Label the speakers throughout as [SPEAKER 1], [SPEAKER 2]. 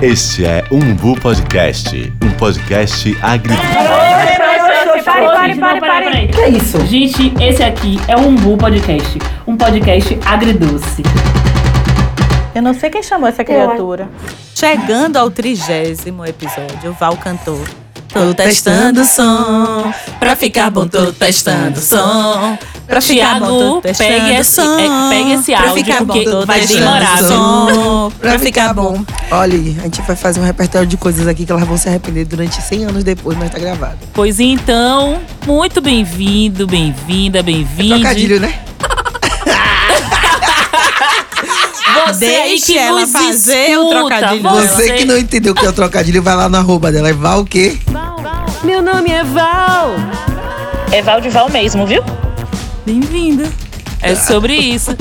[SPEAKER 1] Este é Umbu Podcast, um podcast agrícola.
[SPEAKER 2] Pare, pare, pare, pare.
[SPEAKER 3] Que é isso?
[SPEAKER 2] Gente, esse aqui é um Bu Podcast. Um podcast agridoce.
[SPEAKER 4] Eu não sei quem chamou essa criatura.
[SPEAKER 5] Chegando ao trigésimo episódio, Val cantou. Tô testando o som, pra ficar bom, tô testando o som. Pra ficar bom,
[SPEAKER 4] Thiago,
[SPEAKER 5] tô testando
[SPEAKER 2] pegue
[SPEAKER 5] o
[SPEAKER 2] esse-
[SPEAKER 5] som.
[SPEAKER 2] é, pegue esse áudio,
[SPEAKER 5] pra ficar
[SPEAKER 2] porque
[SPEAKER 5] bom, tô
[SPEAKER 2] vai
[SPEAKER 5] testando
[SPEAKER 2] demorar,
[SPEAKER 5] o som.
[SPEAKER 4] Pra ficar bom.
[SPEAKER 6] Olha, a gente vai fazer um repertório de coisas aqui que elas vão se arrepender durante 100 anos depois, mas tá gravado.
[SPEAKER 5] Pois então, muito bem-vindo, bem-vinda, bem-vinde.
[SPEAKER 6] Trocadilho, né?
[SPEAKER 5] Você aí
[SPEAKER 4] Ah, Deixe
[SPEAKER 5] que
[SPEAKER 4] ela
[SPEAKER 5] nos
[SPEAKER 4] fazer o
[SPEAKER 5] escuta,
[SPEAKER 4] trocadilho dela.
[SPEAKER 5] você-
[SPEAKER 6] Você que não entendeu o que é o trocadilho, vai lá no arroba dela. É Val o quê?
[SPEAKER 5] Meu nome é Val.
[SPEAKER 2] É Valdival mesmo, viu?
[SPEAKER 5] Bem-vinda. É sobre isso.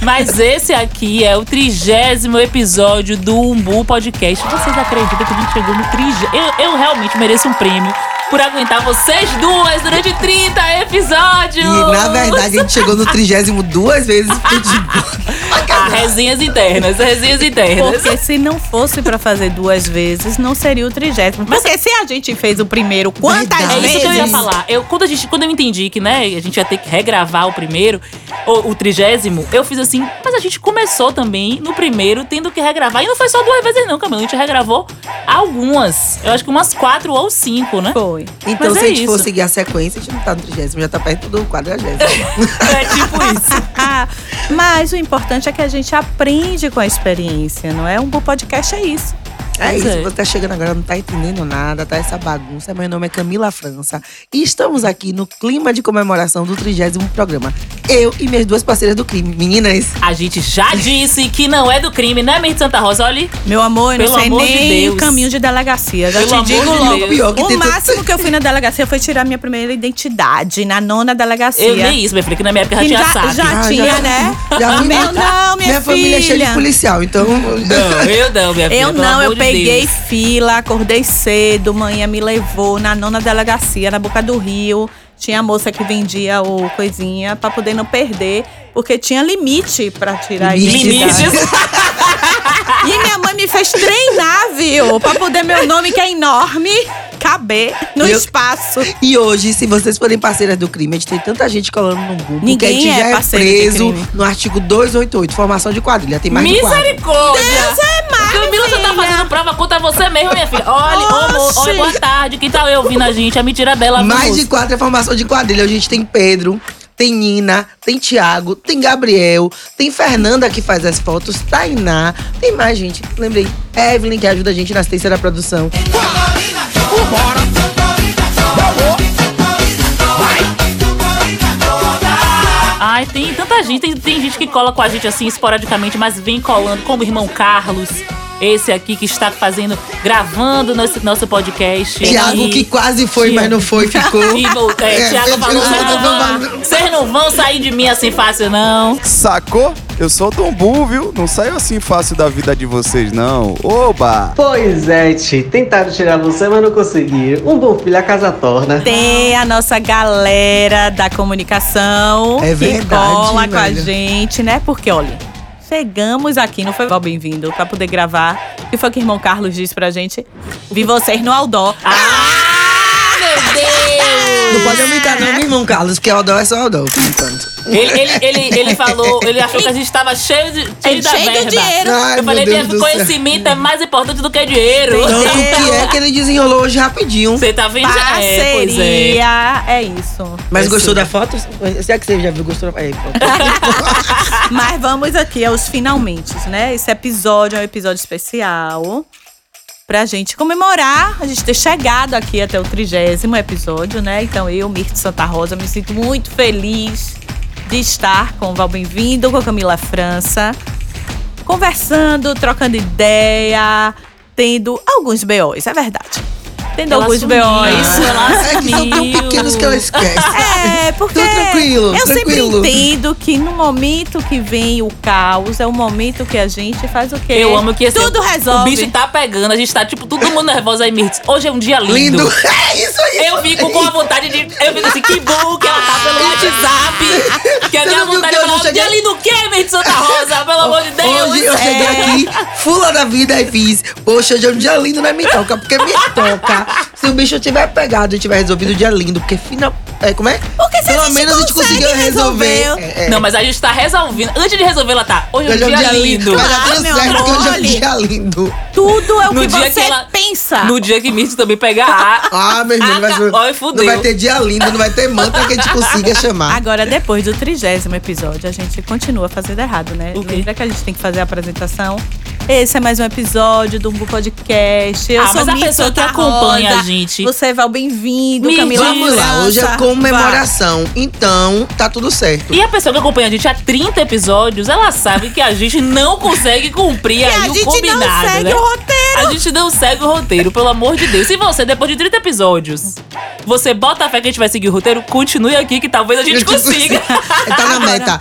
[SPEAKER 5] Mas esse aqui é o trigésimo episódio do Umbu Podcast. Vocês acreditam que a gente chegou no trigésimo? Eu, eu realmente mereço um prêmio por aguentar vocês duas durante 30 episódios.
[SPEAKER 6] E na verdade a gente chegou no trigésimo duas vezes. porque de-
[SPEAKER 5] Ah, resenhas internas, resenhas internas.
[SPEAKER 4] Porque se não fosse pra fazer duas vezes, não seria o trigésimo. Porque se a gente fez o primeiro quantas
[SPEAKER 6] Verdade.
[SPEAKER 5] É
[SPEAKER 4] vezes?
[SPEAKER 5] isso que eu ia falar. Eu, quando, a gente, quando eu entendi que, né, a gente ia ter que regravar o primeiro, ou o trigésimo, eu fiz assim, mas a gente começou também no primeiro, tendo que regravar. E não foi só duas vezes, não, Camila. A gente regravou algumas. Eu acho que umas quatro ou cinco, né?
[SPEAKER 4] Foi.
[SPEAKER 6] Então,
[SPEAKER 5] Mas
[SPEAKER 6] se
[SPEAKER 5] é
[SPEAKER 6] a gente for
[SPEAKER 5] isso.
[SPEAKER 6] seguir a sequência, a gente não tá no trigésimo, já tá perto do quadragésimo.
[SPEAKER 5] É tipo isso.
[SPEAKER 4] Ah, Mas o importante é que a gente aprende com a experiência, não é? Um bom podcast é isso.
[SPEAKER 6] É
[SPEAKER 5] Pois
[SPEAKER 6] isso,
[SPEAKER 5] é.
[SPEAKER 6] você tá chegando agora, não tá entendendo nada, tá essa bagunça. Meu nome é Camila França e estamos aqui no clima de comemoração do trigésimo programa. Eu e minhas duas parceiras do crime. Meninas,
[SPEAKER 5] A gente já disse que não é do crime, né, Mirth Santa Rosa? Olha,
[SPEAKER 4] Meu amor, eu
[SPEAKER 5] Pelo
[SPEAKER 4] não sei
[SPEAKER 5] amor de
[SPEAKER 4] nem o
[SPEAKER 5] Deus.
[SPEAKER 4] caminho de delegacia. Já
[SPEAKER 5] Pelo
[SPEAKER 4] te
[SPEAKER 5] amor
[SPEAKER 4] digo
[SPEAKER 5] de
[SPEAKER 4] logo.
[SPEAKER 5] Deus.
[SPEAKER 6] Pior que
[SPEAKER 4] o
[SPEAKER 6] tem tudo.
[SPEAKER 4] máximo que eu fui na delegacia foi tirar minha primeira identidade na nona delegacia.
[SPEAKER 5] eu li isso, minha filha, que na minha época já
[SPEAKER 4] E
[SPEAKER 5] tinha
[SPEAKER 4] é. já,
[SPEAKER 5] sabe.
[SPEAKER 4] já
[SPEAKER 6] Ah,
[SPEAKER 4] tinha,
[SPEAKER 6] já-
[SPEAKER 4] né?
[SPEAKER 6] já vi-
[SPEAKER 4] Meu não, minha,
[SPEAKER 6] minha família é cheia de policial, então.
[SPEAKER 5] Não, eu não, minha filha.
[SPEAKER 4] Eu
[SPEAKER 5] pelo
[SPEAKER 4] não, eu
[SPEAKER 5] amor de
[SPEAKER 4] peguei
[SPEAKER 5] Deus.
[SPEAKER 4] fila, acordei cedo, manhã me levou na nona delegacia, na boca do rio. Tinha a moça que vendia o coisinha pra poder não perder, porque tinha limite pra tirar
[SPEAKER 6] Limite. né?
[SPEAKER 4] a identidade.
[SPEAKER 5] Limites.
[SPEAKER 4] E minha mãe me fez treinar, viu? Pra poder meu nome, que é enorme, caber no
[SPEAKER 6] Eu-
[SPEAKER 4] espaço.
[SPEAKER 6] E hoje, se vocês forem parceiras do crime, a gente tem tanta gente colando no buco
[SPEAKER 4] Ninguém
[SPEAKER 6] que a gente
[SPEAKER 4] é
[SPEAKER 6] já é
[SPEAKER 4] parceiro de
[SPEAKER 6] preso
[SPEAKER 4] crime.
[SPEAKER 6] no artigo 288, formação de quadrilha. Tem mais de quatro.
[SPEAKER 5] Misericórdia! Deus é mais, Camila, você tá fazendo prova contra você mesmo, minha filha. Olha, ô, amor,
[SPEAKER 4] Oxi.
[SPEAKER 5] oi, boa tarde. Quem tá ouvindo a gente? A mentira dela.
[SPEAKER 6] Mais
[SPEAKER 5] vamos.
[SPEAKER 6] de quatro é formação de quadrilha. A gente tem Pedro, tem Nina, tem Tiago, tem Gabriel, tem Fernanda que faz as fotos, Tainá, tem mais gente. Lembrei, Evelyn que ajuda a gente na assistência da produção.
[SPEAKER 5] Ai, tem tanta gente. Tem, tem gente que cola com a gente assim, esporadicamente, mas vem colando, como o irmão Carlos. Esse aqui que está fazendo, gravando nosso, nosso podcast.
[SPEAKER 6] Tiago
[SPEAKER 5] E-
[SPEAKER 6] que quase foi, mas não foi, ficou.
[SPEAKER 5] E voltou. É,
[SPEAKER 6] É,
[SPEAKER 5] Tiago
[SPEAKER 6] eu-
[SPEAKER 5] falou,
[SPEAKER 6] eu-
[SPEAKER 5] vocês não,
[SPEAKER 6] eu-
[SPEAKER 5] vão- vocês não vão sair de mim assim fácil, não.
[SPEAKER 7] Sacou? Eu sou Tombu, viu? Não saio assim fácil da vida de vocês, não. Oba!
[SPEAKER 8] Pois é, Ti. Tentaram tirar você, mas não conseguiram. Um bom filho a casa torna.
[SPEAKER 4] Tem a nossa galera da comunicação
[SPEAKER 6] É
[SPEAKER 4] que
[SPEAKER 6] verdade,
[SPEAKER 4] cola com a
[SPEAKER 6] velho.
[SPEAKER 4] gente, né? Porque, olha, chegamos aqui, não foi Val bem-vindo, pra poder gravar. E foi o que o irmão Carlos disse pra gente. Vi vocês no Aldó.
[SPEAKER 5] Ah, meu Deus!
[SPEAKER 6] Não
[SPEAKER 4] É.
[SPEAKER 6] pode aumentar não, irmão Carlos, porque Aldão é só Aldão, portanto.
[SPEAKER 5] Ele, ele, ele, ele falou, ele achou que a gente estava cheio de cheio da
[SPEAKER 4] É cheio do
[SPEAKER 5] merda.
[SPEAKER 4] dinheiro.
[SPEAKER 6] Ai,
[SPEAKER 5] eu
[SPEAKER 6] meu
[SPEAKER 5] falei,
[SPEAKER 6] Deus
[SPEAKER 5] Diego,
[SPEAKER 6] do céu.
[SPEAKER 5] conhecimento é mais importante do que dinheiro.
[SPEAKER 6] Tanto
[SPEAKER 4] Então,
[SPEAKER 6] que é que ele desenrolou hoje rapidinho.
[SPEAKER 5] Você tá vendo? É, pois é.
[SPEAKER 4] Ah, Parceria. É, isso.
[SPEAKER 6] Mas gostou da foto? Será que você já viu? Gostou da foto? Aí, pronto.
[SPEAKER 4] Mas vamos aqui aos finalmente, né? Esse episódio é um episódio especial. Pra gente comemorar, a gente ter chegado aqui até o trigésimo episódio, né? Então eu, Mirth Santa Rosa, me sinto muito feliz de estar com o Val Bem-vindo, com a Camila França, conversando, trocando ideia, tendo alguns BOs, é verdade. Tendo alguns
[SPEAKER 5] sumiu,
[SPEAKER 4] BOs.
[SPEAKER 5] Ela
[SPEAKER 6] É que são tão
[SPEAKER 5] sumiu.
[SPEAKER 6] pequenos que ela esquece.
[SPEAKER 4] É, porque
[SPEAKER 6] Tudo tranquilo,
[SPEAKER 4] eu
[SPEAKER 6] tranquilo.
[SPEAKER 4] sempre entendo que no momento que vem o caos, é o momento que a gente faz o quê?
[SPEAKER 5] Eu amo que esse
[SPEAKER 4] Tudo
[SPEAKER 5] O
[SPEAKER 4] resolve.
[SPEAKER 5] bicho tá pegando, a gente tá, tipo, todo mundo nervoso aí, Mirtz. Hoje é um dia lindo.
[SPEAKER 6] Lindo. É isso aí.
[SPEAKER 5] Eu fico com a vontade de. Eu fico assim, que bom que ela tá pelo WhatsApp. Que a
[SPEAKER 6] Você
[SPEAKER 5] minha
[SPEAKER 6] não viu
[SPEAKER 5] vontade
[SPEAKER 6] que
[SPEAKER 5] de
[SPEAKER 6] eu não
[SPEAKER 5] falar.
[SPEAKER 6] cheguei-
[SPEAKER 5] Dia lindo o quê, Mirtz Santa Rosa? Pelo amor de Deus.
[SPEAKER 6] Hoje eu cheguei aqui, fula da vida e fiz. Poxa, hoje é um dia lindo, não é me toca? Porque me toca. Se o bicho tiver pegado e tiver resolvido o dia lindo, porque final. É, como é?
[SPEAKER 4] Porque se a
[SPEAKER 6] Pelo
[SPEAKER 4] gente
[SPEAKER 6] menos a gente
[SPEAKER 4] consegue
[SPEAKER 6] conseguiu resolver.
[SPEAKER 4] resolver.
[SPEAKER 6] É, é.
[SPEAKER 5] Não, mas a gente tá resolvendo. Antes de resolver, ela tá. Hoje é um dia, lindo.
[SPEAKER 6] Mas já
[SPEAKER 4] Ah,
[SPEAKER 6] deu
[SPEAKER 4] meu
[SPEAKER 6] certo que hoje é um
[SPEAKER 4] amor,
[SPEAKER 6] dia lindo.
[SPEAKER 4] Tudo é o
[SPEAKER 5] No
[SPEAKER 4] que
[SPEAKER 5] dia
[SPEAKER 4] você
[SPEAKER 5] que ela-
[SPEAKER 4] pensa.
[SPEAKER 5] No dia que Mirtz também pegar a.
[SPEAKER 6] Ah, meu irmão,
[SPEAKER 5] Ah,
[SPEAKER 6] não vai,
[SPEAKER 5] tá.
[SPEAKER 6] ser-
[SPEAKER 5] Olha, fudeu.
[SPEAKER 6] não vai ter dia lindo, não vai ter mantra que a gente consiga chamar.
[SPEAKER 4] Agora, depois do trigésimo episódio, a gente continua fazendo errado, né?
[SPEAKER 5] O quê?
[SPEAKER 4] Lembra que a gente tem que fazer a apresentação? Esse é mais um episódio do Umbu Podcast. Eu
[SPEAKER 5] Ah,
[SPEAKER 4] sou
[SPEAKER 5] mas a
[SPEAKER 4] Mirtha
[SPEAKER 5] pessoa que
[SPEAKER 4] Santa
[SPEAKER 5] acompanha a
[SPEAKER 4] Rosa.
[SPEAKER 5] gente.
[SPEAKER 4] Você, Val, bem-vindo.
[SPEAKER 5] Me
[SPEAKER 4] Camila
[SPEAKER 5] diz.
[SPEAKER 6] Vamos lá,
[SPEAKER 4] França.
[SPEAKER 6] hoje é comemoração. Então, tá tudo certo.
[SPEAKER 5] E a pessoa que acompanha a gente há 30 episódios, ela sabe que a gente não consegue cumprir
[SPEAKER 4] Vai. E
[SPEAKER 5] aí
[SPEAKER 4] a
[SPEAKER 5] o
[SPEAKER 4] gente
[SPEAKER 5] combinado,
[SPEAKER 4] não segue
[SPEAKER 5] né?
[SPEAKER 4] o roteiro.
[SPEAKER 5] A gente não segue o roteiro, pelo amor de Deus. Se você, depois de 30 episódios, você bota a fé que a gente vai seguir o roteiro, continue aqui que talvez a gente consiga.
[SPEAKER 4] assim.
[SPEAKER 6] tá na meta.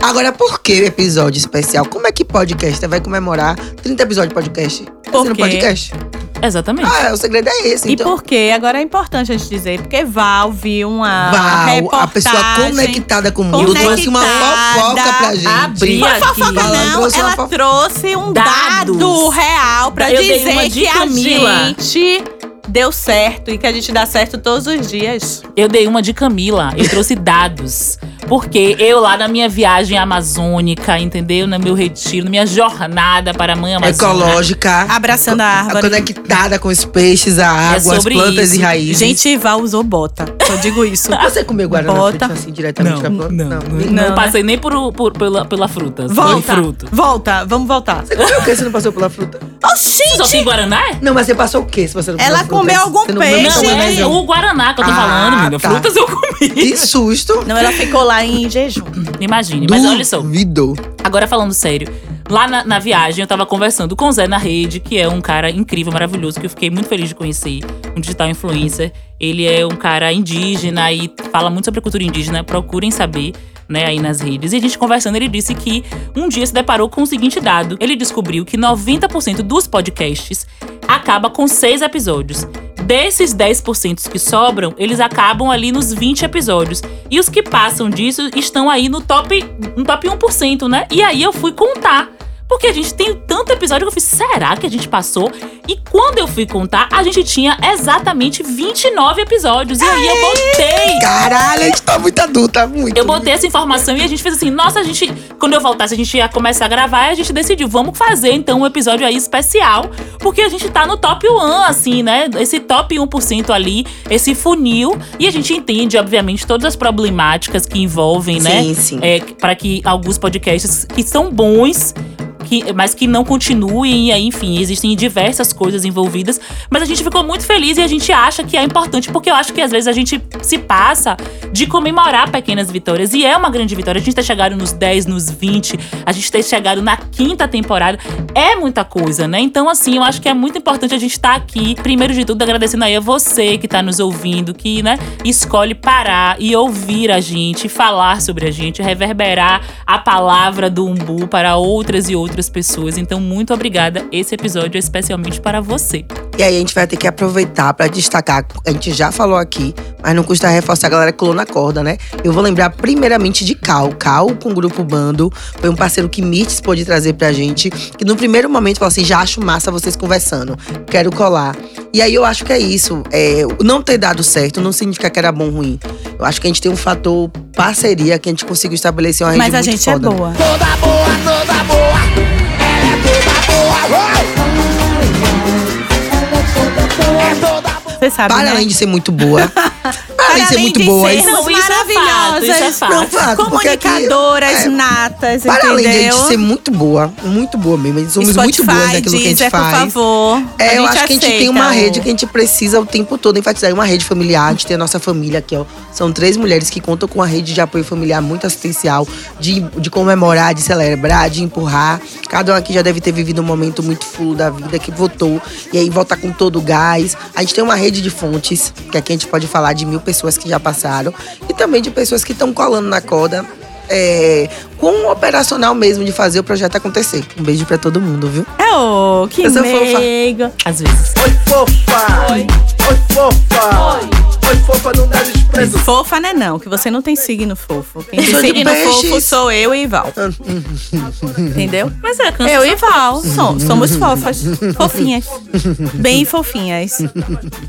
[SPEAKER 6] Agora, por que episódio especial? Como é que podcast vai comemorar 30 episódios de podcast?
[SPEAKER 4] Por
[SPEAKER 6] Sendo
[SPEAKER 4] quê?
[SPEAKER 6] podcast?
[SPEAKER 5] Exatamente.
[SPEAKER 6] Ah, o segredo é esse.
[SPEAKER 4] E
[SPEAKER 6] então,
[SPEAKER 4] por quê? Agora é importante a gente dizer. Porque Val viu uma
[SPEAKER 6] Val,
[SPEAKER 4] Ah, reportagem.
[SPEAKER 6] a pessoa conectada com o mundo trouxe uma
[SPEAKER 4] Conectada.
[SPEAKER 6] fofoca pra gente.
[SPEAKER 5] Abri
[SPEAKER 4] Não é
[SPEAKER 5] aqui.
[SPEAKER 4] fofoca,
[SPEAKER 6] Ela
[SPEAKER 4] não.
[SPEAKER 6] trouxe uma
[SPEAKER 4] Ela
[SPEAKER 6] fofoca.
[SPEAKER 4] trouxe um
[SPEAKER 5] Dados.
[SPEAKER 4] dado real pra
[SPEAKER 5] Eu dei
[SPEAKER 4] dizer
[SPEAKER 5] uma de
[SPEAKER 4] que a
[SPEAKER 5] Camila.
[SPEAKER 4] gente deu certo e que a gente dá certo todos os dias.
[SPEAKER 5] Eu dei uma de Camila, eu trouxe dados. Porque eu lá na minha viagem amazônica, entendeu? No meu retiro, na minha jornada para a
[SPEAKER 4] É
[SPEAKER 5] mãe amazônica.
[SPEAKER 6] Ecológica.
[SPEAKER 4] Abraçando a árvore.
[SPEAKER 6] Conectada com os peixes, a água, as
[SPEAKER 5] É sobre
[SPEAKER 6] plantas
[SPEAKER 5] isso.
[SPEAKER 6] e raízes.
[SPEAKER 4] Gente, Val usou bota. Só digo isso.
[SPEAKER 6] você comeu guaraná
[SPEAKER 4] Bota.
[SPEAKER 6] fruta assim diretamente da planta?
[SPEAKER 5] não, é.
[SPEAKER 4] Não, né?
[SPEAKER 5] passei nem por, por- pela, pela fruta. Foi
[SPEAKER 4] Volta.
[SPEAKER 5] fruto.
[SPEAKER 4] Volta, vamos voltar.
[SPEAKER 6] Você comeu o quê? Você não passou pela fruta?
[SPEAKER 5] Você Só tem Guaraná? é?
[SPEAKER 6] Não, mas você passou o quê? Se você não
[SPEAKER 4] Ela
[SPEAKER 6] passou fruta?
[SPEAKER 4] comeu algum
[SPEAKER 6] Você não comeu
[SPEAKER 4] peixe.
[SPEAKER 5] Não,
[SPEAKER 6] nenhum
[SPEAKER 5] é
[SPEAKER 6] guaraná.
[SPEAKER 5] o Guaraná que eu tô
[SPEAKER 6] Ah,
[SPEAKER 5] falando, menina.
[SPEAKER 6] tá.
[SPEAKER 5] Frutas eu comi.
[SPEAKER 6] Que susto.
[SPEAKER 4] Não, ela ficou lá em jejum.
[SPEAKER 5] Imagine, mas olha só.
[SPEAKER 6] Duvido.
[SPEAKER 5] Agora falando sério, lá na, na viagem eu tava conversando com o Zé na rede, que é um cara incrível, maravilhoso, que eu fiquei muito feliz de conhecer, um digital influencer. Ele é um cara indígena e fala muito sobre cultura indígena, procurem saber. Né, aí nas redes. E a gente conversando, ele disse que um dia se deparou com o seguinte dado. Ele descobriu que 90% dos podcasts acaba com seis episódios. Desses 10% que sobram, eles acabam ali nos 20 episódios. E os que passam disso estão aí no top, no top 1%, né? E aí eu fui contar. Porque a gente tem tanto episódio que eu fiz, será que a gente passou? E quando eu fui contar, a gente tinha exatamente 29 episódios. E aí eu botei.
[SPEAKER 6] Caralho, a gente tá muito adulta, muito. né?
[SPEAKER 5] Eu botei essa informação e a gente fez assim, nossa, a gente, quando eu voltasse, a gente ia começar a gravar e a gente decidiu, vamos fazer então um episódio aí especial, porque a gente tá no top 1, assim, né? Esse top 1% ali, esse funil, e a gente entende, obviamente, todas as problemáticas que envolvem, né?
[SPEAKER 6] Sim, sim.
[SPEAKER 5] é, para que alguns podcasts que são bons. Que, mas que não continuem, e aí, enfim, existem diversas coisas envolvidas. Mas a gente ficou muito feliz e a gente acha que é importante, porque eu acho que às vezes a gente se passa de comemorar pequenas vitórias. E é uma grande vitória. A gente ter chegado nos 10, nos 20, a gente ter chegado na quinta temporada. É muita coisa, né? Então, assim, eu acho que é muito importante a gente estar aqui. Primeiro de tudo, agradecendo aí a você que tá nos ouvindo, que, né, escolhe parar e ouvir a gente, falar sobre a gente, reverberar a palavra do Umbu para outras e outras pessoas. Então, muito obrigada. Esse episódio é especialmente para você.
[SPEAKER 6] E aí a gente vai ter que aproveitar pra destacar. A gente já falou aqui, mas não custa reforçar a galera que colou na corda, né? Eu vou lembrar primeiramente de Cal. Cal com o grupo Bando. Foi um parceiro que Mirtes pôde trazer pra gente. Que no primeiro momento falou assim: já acho massa vocês conversando. Quero colar. E aí eu acho que é isso. É, não ter dado certo não significa que era bom ou ruim. Eu acho que a gente tem um fator parceria que a gente conseguiu estabelecer uma rede
[SPEAKER 4] Mas a
[SPEAKER 6] muito
[SPEAKER 4] gente
[SPEAKER 6] foda. né?
[SPEAKER 4] é boa. Você sabe,
[SPEAKER 6] Para
[SPEAKER 4] né? né?
[SPEAKER 6] além de ser muito boa. Para além de ser muito boa. Ah,
[SPEAKER 4] sermos
[SPEAKER 5] Não, isso é fato, isso é
[SPEAKER 4] maravilhosas,
[SPEAKER 5] fato.
[SPEAKER 6] Não, fato, porque aqui-
[SPEAKER 4] comunicadoras
[SPEAKER 6] é,
[SPEAKER 4] natas,
[SPEAKER 6] Para além de a
[SPEAKER 4] entendeu?
[SPEAKER 6] gente ser muito boa, muito boa mesmo, somos muito boas naquilo que a gente
[SPEAKER 4] Deezer,
[SPEAKER 6] faz.
[SPEAKER 4] por favor.
[SPEAKER 6] É, eu acho que a gente tem uma
[SPEAKER 4] aceita
[SPEAKER 6] rede
[SPEAKER 4] o-
[SPEAKER 6] que a gente precisa o tempo todo enfatizar. É Uma rede familiar, a gente tem a nossa família aqui, ó. São três mulheres que contam com uma rede de apoio familiar muito assistencial, de, de comemorar, de celebrar, de empurrar. Cada um aqui já deve ter vivido um momento muito full da vida, que votou, e aí volta com todo o gás. A gente tem uma rede de fontes, que aqui a gente pode falar de mil pessoas que já passaram, e também de pessoas que estão colando na corda. É, com o operacional mesmo de fazer o projeto acontecer. Um beijo pra todo mundo, viu?
[SPEAKER 4] É, ô, que
[SPEAKER 6] Eu sou fofa.
[SPEAKER 4] meigo.
[SPEAKER 5] Às vezes.
[SPEAKER 3] Oi, fofa! Oi, fofa! Oi, fofa, não dá desprezo.
[SPEAKER 4] Fofa não é não, que você não tem signo fofo. Quem
[SPEAKER 6] Eu
[SPEAKER 4] tem
[SPEAKER 6] sou de
[SPEAKER 4] signo fofo
[SPEAKER 6] peixes.
[SPEAKER 4] sou eu e Val. Entendeu?
[SPEAKER 5] Mas é, cansa.
[SPEAKER 4] Eu e Val som- somos fofas. Fofinhas. Bem fofinhas.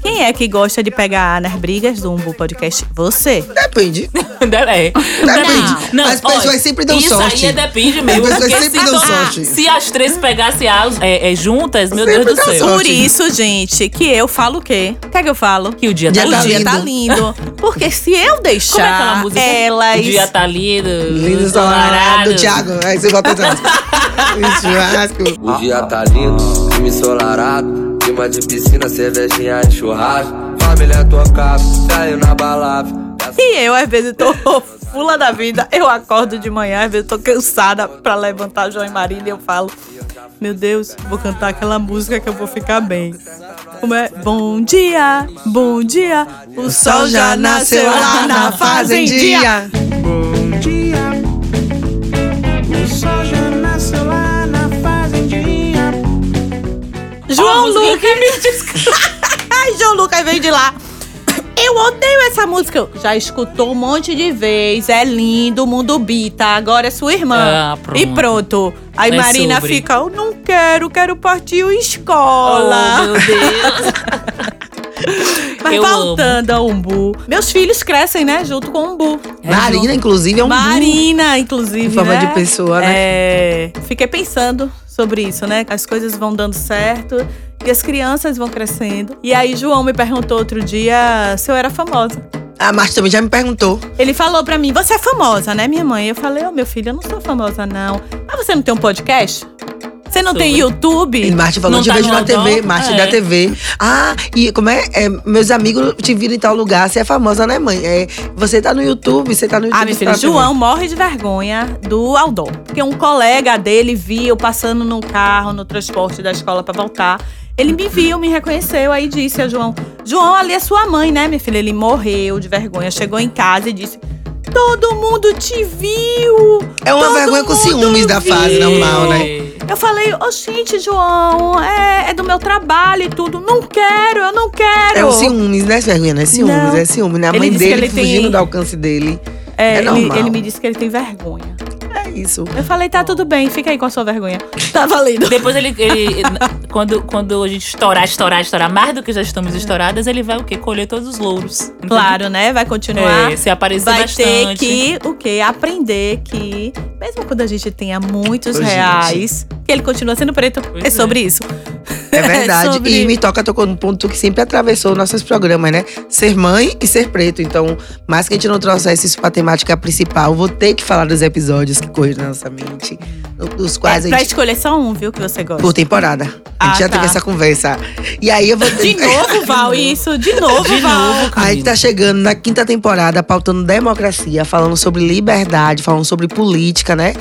[SPEAKER 4] Quem é que gosta de pegar nas brigas do Umbu Podcast? Você.
[SPEAKER 6] Depende.
[SPEAKER 5] É.
[SPEAKER 6] Depende. As pessoas sempre dão
[SPEAKER 5] isso
[SPEAKER 6] sorte.
[SPEAKER 5] Isso aí é depende mesmo.
[SPEAKER 6] As pessoas
[SPEAKER 5] porque
[SPEAKER 6] sempre
[SPEAKER 5] se
[SPEAKER 6] dão
[SPEAKER 5] to-
[SPEAKER 6] sorte.
[SPEAKER 5] Se as três pegassem as, é, é, juntas, meu
[SPEAKER 6] Sempre
[SPEAKER 5] Deus do
[SPEAKER 6] dá
[SPEAKER 5] céu.
[SPEAKER 6] sorte.
[SPEAKER 4] Por isso, gente, que eu falo o quê? O que é que eu falo?
[SPEAKER 5] Que o dia tá
[SPEAKER 6] Dia
[SPEAKER 4] o
[SPEAKER 5] lindo.
[SPEAKER 4] dia tá lindo. Porque se eu deixar
[SPEAKER 5] Como é aquela música?
[SPEAKER 4] elas.
[SPEAKER 5] O dia tá lindo.
[SPEAKER 6] Lindo ensolarado, Thiago. é Aí você bota atrás. Isso, churrasco.
[SPEAKER 9] O dia tá lindo, clima ensolarado Clima de piscina, cervejinha e churrasco Família tocada, saiu na balada
[SPEAKER 4] E eu, às vezes, tô fula da vida. Eu acordo de manhã, às vezes, tô cansada pra levantar João e Marília. E eu falo: Meu Deus, vou cantar aquela música que eu vou ficar bem. Como é? Bom dia, bom dia. O sol Então já nasceu lá na fazendinha.
[SPEAKER 3] Bom dia, o sol já nasceu lá na fazendinha.
[SPEAKER 4] João
[SPEAKER 5] Ó, a música
[SPEAKER 4] Lucas. Ai, João Lucas veio de lá. Eu odeio essa música. Eu Já escutou um monte de vez. É lindo, o mundo bita. Agora é sua irmã.
[SPEAKER 5] Ah, pronto.
[SPEAKER 4] E pronto. Aí
[SPEAKER 5] É
[SPEAKER 4] Marina
[SPEAKER 5] sobre.
[SPEAKER 4] fica, eu não quero, quero partir o
[SPEAKER 5] Oh,
[SPEAKER 4] escola.
[SPEAKER 5] meu Deus.
[SPEAKER 4] Mas
[SPEAKER 5] eu
[SPEAKER 4] voltando ao umbu. Meus filhos crescem, né? Junto com o umbu.
[SPEAKER 6] Marina,
[SPEAKER 5] então,
[SPEAKER 6] inclusive, é um burro.
[SPEAKER 4] Marina,
[SPEAKER 6] Em
[SPEAKER 4] inclusive,
[SPEAKER 6] forma
[SPEAKER 4] né?
[SPEAKER 6] de pessoa, né?
[SPEAKER 4] É, fiquei pensando sobre isso, né? As coisas vão dando certo e as crianças vão crescendo. E aí, João me perguntou outro dia se eu era famosa.
[SPEAKER 6] A Márcia também já me perguntou.
[SPEAKER 4] Ele falou pra mim: Você é famosa, né, minha mãe? Eu falei: Ô, meu filho, eu não sou famosa, não. Mas você não tem um podcast? Você não tem
[SPEAKER 5] Sobre.
[SPEAKER 6] E
[SPEAKER 4] YouTube?
[SPEAKER 6] Márcia falou,
[SPEAKER 5] Não
[SPEAKER 6] te
[SPEAKER 5] tá
[SPEAKER 6] vejo
[SPEAKER 5] no
[SPEAKER 6] na TV.
[SPEAKER 5] Odonto?
[SPEAKER 6] Márcia
[SPEAKER 5] É.
[SPEAKER 6] da TV. Ah, e como é? É, Meus amigos te viram em tal lugar. Você é famosa, né, mãe? É, você tá no YouTube, você tá no YouTube.
[SPEAKER 4] Ah, meu
[SPEAKER 6] você
[SPEAKER 4] filho,
[SPEAKER 6] tá na TV.
[SPEAKER 4] João morre de vergonha do Aldon. Porque um colega dele viu passando num carro, no transporte da escola pra voltar. Ele me viu, me reconheceu, aí disse a João: João, ali é sua mãe, né, minha filha? Ele morreu de vergonha. Chegou em casa e disse: Todo mundo te viu!
[SPEAKER 6] É uma
[SPEAKER 4] Todo
[SPEAKER 6] vergonha com
[SPEAKER 4] mundo
[SPEAKER 6] ciúmes da fase
[SPEAKER 4] viu.
[SPEAKER 6] normal, né?
[SPEAKER 5] né?
[SPEAKER 4] Eu falei, ô gente, João, é, é do meu trabalho e tudo. Não quero, eu não quero.
[SPEAKER 6] É um ciúmes, né? Vergonha, né? Ciúmes,
[SPEAKER 4] Não.
[SPEAKER 6] é ciúme, né? A
[SPEAKER 4] Ele
[SPEAKER 6] mãe
[SPEAKER 4] disse que
[SPEAKER 6] dele
[SPEAKER 4] ele tem-
[SPEAKER 6] fugindo do alcance dele.
[SPEAKER 4] É,
[SPEAKER 6] é
[SPEAKER 4] ele,
[SPEAKER 6] normal.
[SPEAKER 4] ele me disse que ele tem vergonha.
[SPEAKER 6] É isso.
[SPEAKER 4] Eu falei, tá tudo bem, fica aí com a sua vergonha. Tá valendo.
[SPEAKER 5] Depois ele. ele- quando, quando a gente estourar, estourar, estourar mais do que já estamos estouradas, ele vai o quê? Colher todos os louros. entendeu?
[SPEAKER 4] É. Claro, né? Vai continuar.
[SPEAKER 5] É, se aparecer
[SPEAKER 4] Vai ter
[SPEAKER 5] bastante.
[SPEAKER 4] que o quê? Aprender que, mesmo quando a gente tenha muitos
[SPEAKER 6] Ô, gente.
[SPEAKER 4] reais, que ele continua sendo preto.
[SPEAKER 5] Pois
[SPEAKER 4] é sobre isso.
[SPEAKER 6] É verdade.
[SPEAKER 4] Sobre-
[SPEAKER 6] E me toca tocou num ponto que sempre atravessou nossos programas, né? Ser mãe e ser preto. Então, mais que a gente não trouxesse isso pra temática principal, vou ter que falar dos episódios que correram na nossa mente. Dos quais
[SPEAKER 4] É
[SPEAKER 6] a
[SPEAKER 4] pra
[SPEAKER 6] gente.
[SPEAKER 4] escolher só um, viu, que você gosta.
[SPEAKER 6] Por temporada. A
[SPEAKER 4] Ah,
[SPEAKER 6] gente já
[SPEAKER 4] tá.
[SPEAKER 6] teve essa conversa. E aí eu vou.
[SPEAKER 4] De novo, Val, isso. De novo,
[SPEAKER 5] De
[SPEAKER 4] Val.
[SPEAKER 5] novo,
[SPEAKER 6] A gente
[SPEAKER 5] Camila.
[SPEAKER 6] tá chegando na quinta temporada, pautando democracia, falando sobre liberdade, falando sobre política, né?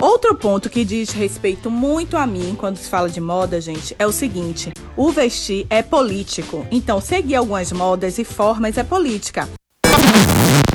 [SPEAKER 4] Outro ponto que diz respeito muito a mim quando se fala de moda, gente, é o seguinte: o vestir é político. Então, seguir algumas modas e formas é política.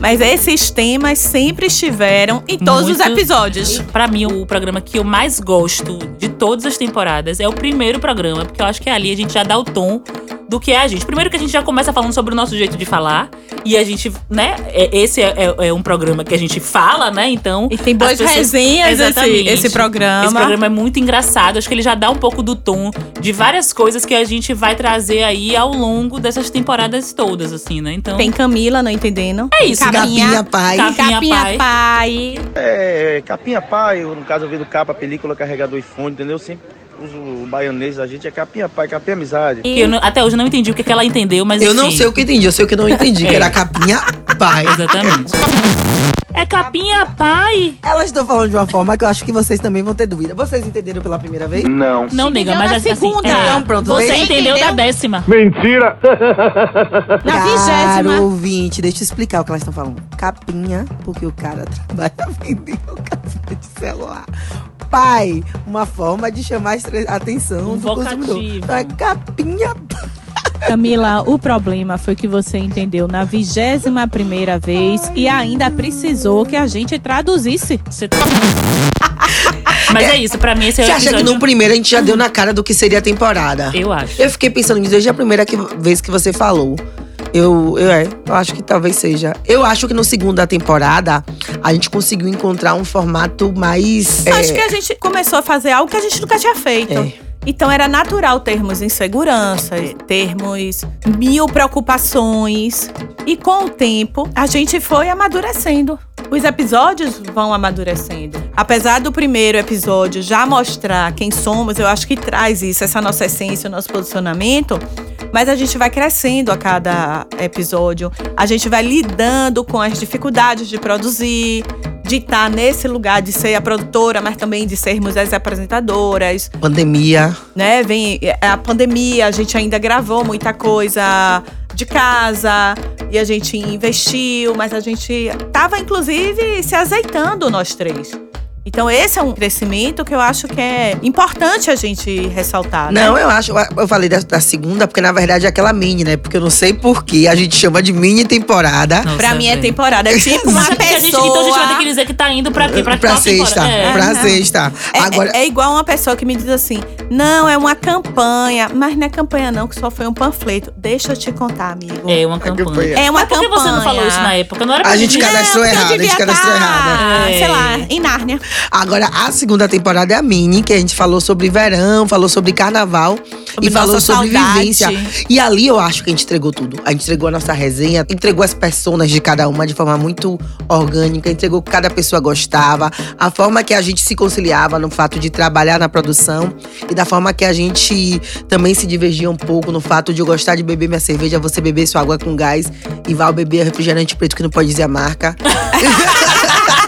[SPEAKER 4] Mas esses temas sempre estiveram em todos os
[SPEAKER 5] Muito.
[SPEAKER 4] episódios.
[SPEAKER 5] Pra mim, o programa que eu mais gosto de todas as temporadas é o primeiro programa, porque eu acho que ali a gente já dá o tom do que é a gente. Primeiro que a gente já começa falando sobre o nosso jeito de falar, e a gente, né, é- esse é, é- é um programa que a gente fala, né, então...
[SPEAKER 4] E tem boas
[SPEAKER 5] as pessoas-
[SPEAKER 4] resenhas esse,
[SPEAKER 5] Exatamente.
[SPEAKER 4] esse programa.
[SPEAKER 5] Esse programa é muito engraçado, acho que ele já dá um pouco do tom de várias coisas que a gente vai trazer aí ao longo dessas temporadas todas, assim, né, então...
[SPEAKER 4] Tem Camila, não entendendo.
[SPEAKER 5] É isso,
[SPEAKER 4] Capinha. tá
[SPEAKER 6] Gabinha Pai.
[SPEAKER 5] Cap- Capinha
[SPEAKER 4] Capinha
[SPEAKER 5] Pai.
[SPEAKER 4] Pai.
[SPEAKER 3] É, capinha pai, eu, no caso eu vendo capa, película, carregador e fone, entendeu? Sempre uso o baianês da gente, é capinha pai, capinha amizade.
[SPEAKER 5] Que eu não- até hoje eu não entendi o que, que ela entendeu, mas
[SPEAKER 4] assim.
[SPEAKER 6] Eu não
[SPEAKER 5] enfim.
[SPEAKER 4] É.
[SPEAKER 6] sei o que entendi, eu sei o que não entendi, que era capinha pai.
[SPEAKER 5] Exatamente. É capinha pai.
[SPEAKER 6] Elas estão falando de uma forma que eu acho que vocês também vão ter dúvida. Vocês entenderam pela primeira vez?
[SPEAKER 4] Hum.
[SPEAKER 3] Não.
[SPEAKER 5] Não, nega,
[SPEAKER 4] entendeu
[SPEAKER 5] mas
[SPEAKER 4] na
[SPEAKER 5] assim,
[SPEAKER 4] segunda.
[SPEAKER 5] é,
[SPEAKER 6] Então, pronto,
[SPEAKER 5] você
[SPEAKER 6] você
[SPEAKER 5] entendeu, da
[SPEAKER 4] entendeu?
[SPEAKER 5] décima.
[SPEAKER 4] Na
[SPEAKER 6] Caro
[SPEAKER 4] vigésima.
[SPEAKER 6] ouvinte, deixa eu explicar o que elas estão falando. Capinha, porque o cara trabalha vendendo café de celular. Pai, uma forma de chamar a estre- a atenção
[SPEAKER 5] Um
[SPEAKER 6] do
[SPEAKER 5] vocativo.
[SPEAKER 6] consumidor. Então é capinha.
[SPEAKER 10] Camila, o problema foi que você entendeu na vigésima primeira vez e ainda precisou que a gente traduzisse.
[SPEAKER 5] Você tá- Mas é isso, pra mim esse é o
[SPEAKER 6] Você acha
[SPEAKER 5] episódio.
[SPEAKER 6] que no primeiro a gente já deu na cara do que seria a temporada?
[SPEAKER 5] Eu acho.
[SPEAKER 6] Eu fiquei pensando nisso desde a primeira que- vez que você falou. Eu, eu, é, eu acho que talvez seja. Eu acho que no segundo da temporada, a gente conseguiu encontrar um formato mais.
[SPEAKER 4] Acho
[SPEAKER 6] é,
[SPEAKER 4] que a gente começou a fazer algo que a gente nunca tinha feito.
[SPEAKER 6] É.
[SPEAKER 4] Então era natural termos inseguranças, termos mil preocupações. E com o tempo, a gente foi amadurecendo. Os episódios vão amadurecendo. Apesar do primeiro episódio já mostrar quem somos, eu acho que traz isso, essa nossa essência, o nosso posicionamento. Mas a gente vai crescendo a cada episódio. A gente vai lidando com as dificuldades de produzir, de estar nesse lugar de ser a produtora, mas também de sermos as apresentadoras,
[SPEAKER 6] pandemia.
[SPEAKER 4] né? Vem é, a pandemia, a gente ainda gravou muita coisa de casa e a gente investiu, mas a gente tava inclusive se azeitando nós três. Então esse é um crescimento que eu acho que é importante a gente ressaltar, né?
[SPEAKER 6] Não, eu acho. Eu falei da, da segunda, porque na verdade é aquela mini, né? Porque eu não sei por que a gente chama de mini temporada.
[SPEAKER 5] Nossa,
[SPEAKER 4] Pra mim é
[SPEAKER 5] velho.
[SPEAKER 4] temporada, é tipo uma
[SPEAKER 5] Então a gente- Então a gente vai ter
[SPEAKER 4] pessoa.
[SPEAKER 5] que dizer que tá indo pra quê? Pra,
[SPEAKER 6] pra
[SPEAKER 5] qual temporada?
[SPEAKER 6] sexta.
[SPEAKER 5] É.
[SPEAKER 6] Pra
[SPEAKER 4] Aham.
[SPEAKER 6] sexta.
[SPEAKER 4] É,
[SPEAKER 6] Agora.
[SPEAKER 4] é igual uma pessoa que me diz assim: não, é uma campanha. Mas não é campanha, não, que só foi um panfleto. Deixa eu te contar, amigo.
[SPEAKER 5] É uma campanha.
[SPEAKER 4] É uma
[SPEAKER 5] Mas por que
[SPEAKER 4] campanha.
[SPEAKER 5] você não falou isso na época? Não era pra
[SPEAKER 6] A gente
[SPEAKER 5] dizer-
[SPEAKER 6] cadastrou
[SPEAKER 4] É, Porque eu
[SPEAKER 6] errado, a gente
[SPEAKER 4] devia
[SPEAKER 6] cadastrou
[SPEAKER 4] tá,
[SPEAKER 6] errado.
[SPEAKER 5] É.
[SPEAKER 4] Sei lá, em Nárnia.
[SPEAKER 6] Agora, a segunda temporada é a mini, que a gente falou sobre verão, falou sobre carnaval
[SPEAKER 4] Sobre
[SPEAKER 6] e falou
[SPEAKER 4] nossa
[SPEAKER 6] sobre
[SPEAKER 4] saudade.
[SPEAKER 6] vivência. E ali eu acho que a gente entregou tudo. A gente entregou a nossa resenha, entregou as personas de cada uma de forma muito orgânica, entregou o que cada pessoa gostava, a forma que a gente se conciliava no fato de trabalhar na produção e da forma que a gente também se divergia um pouco no fato de eu gostar de beber minha cerveja, você beber sua água com gás e Val beber refrigerante preto que não pode dizer a marca.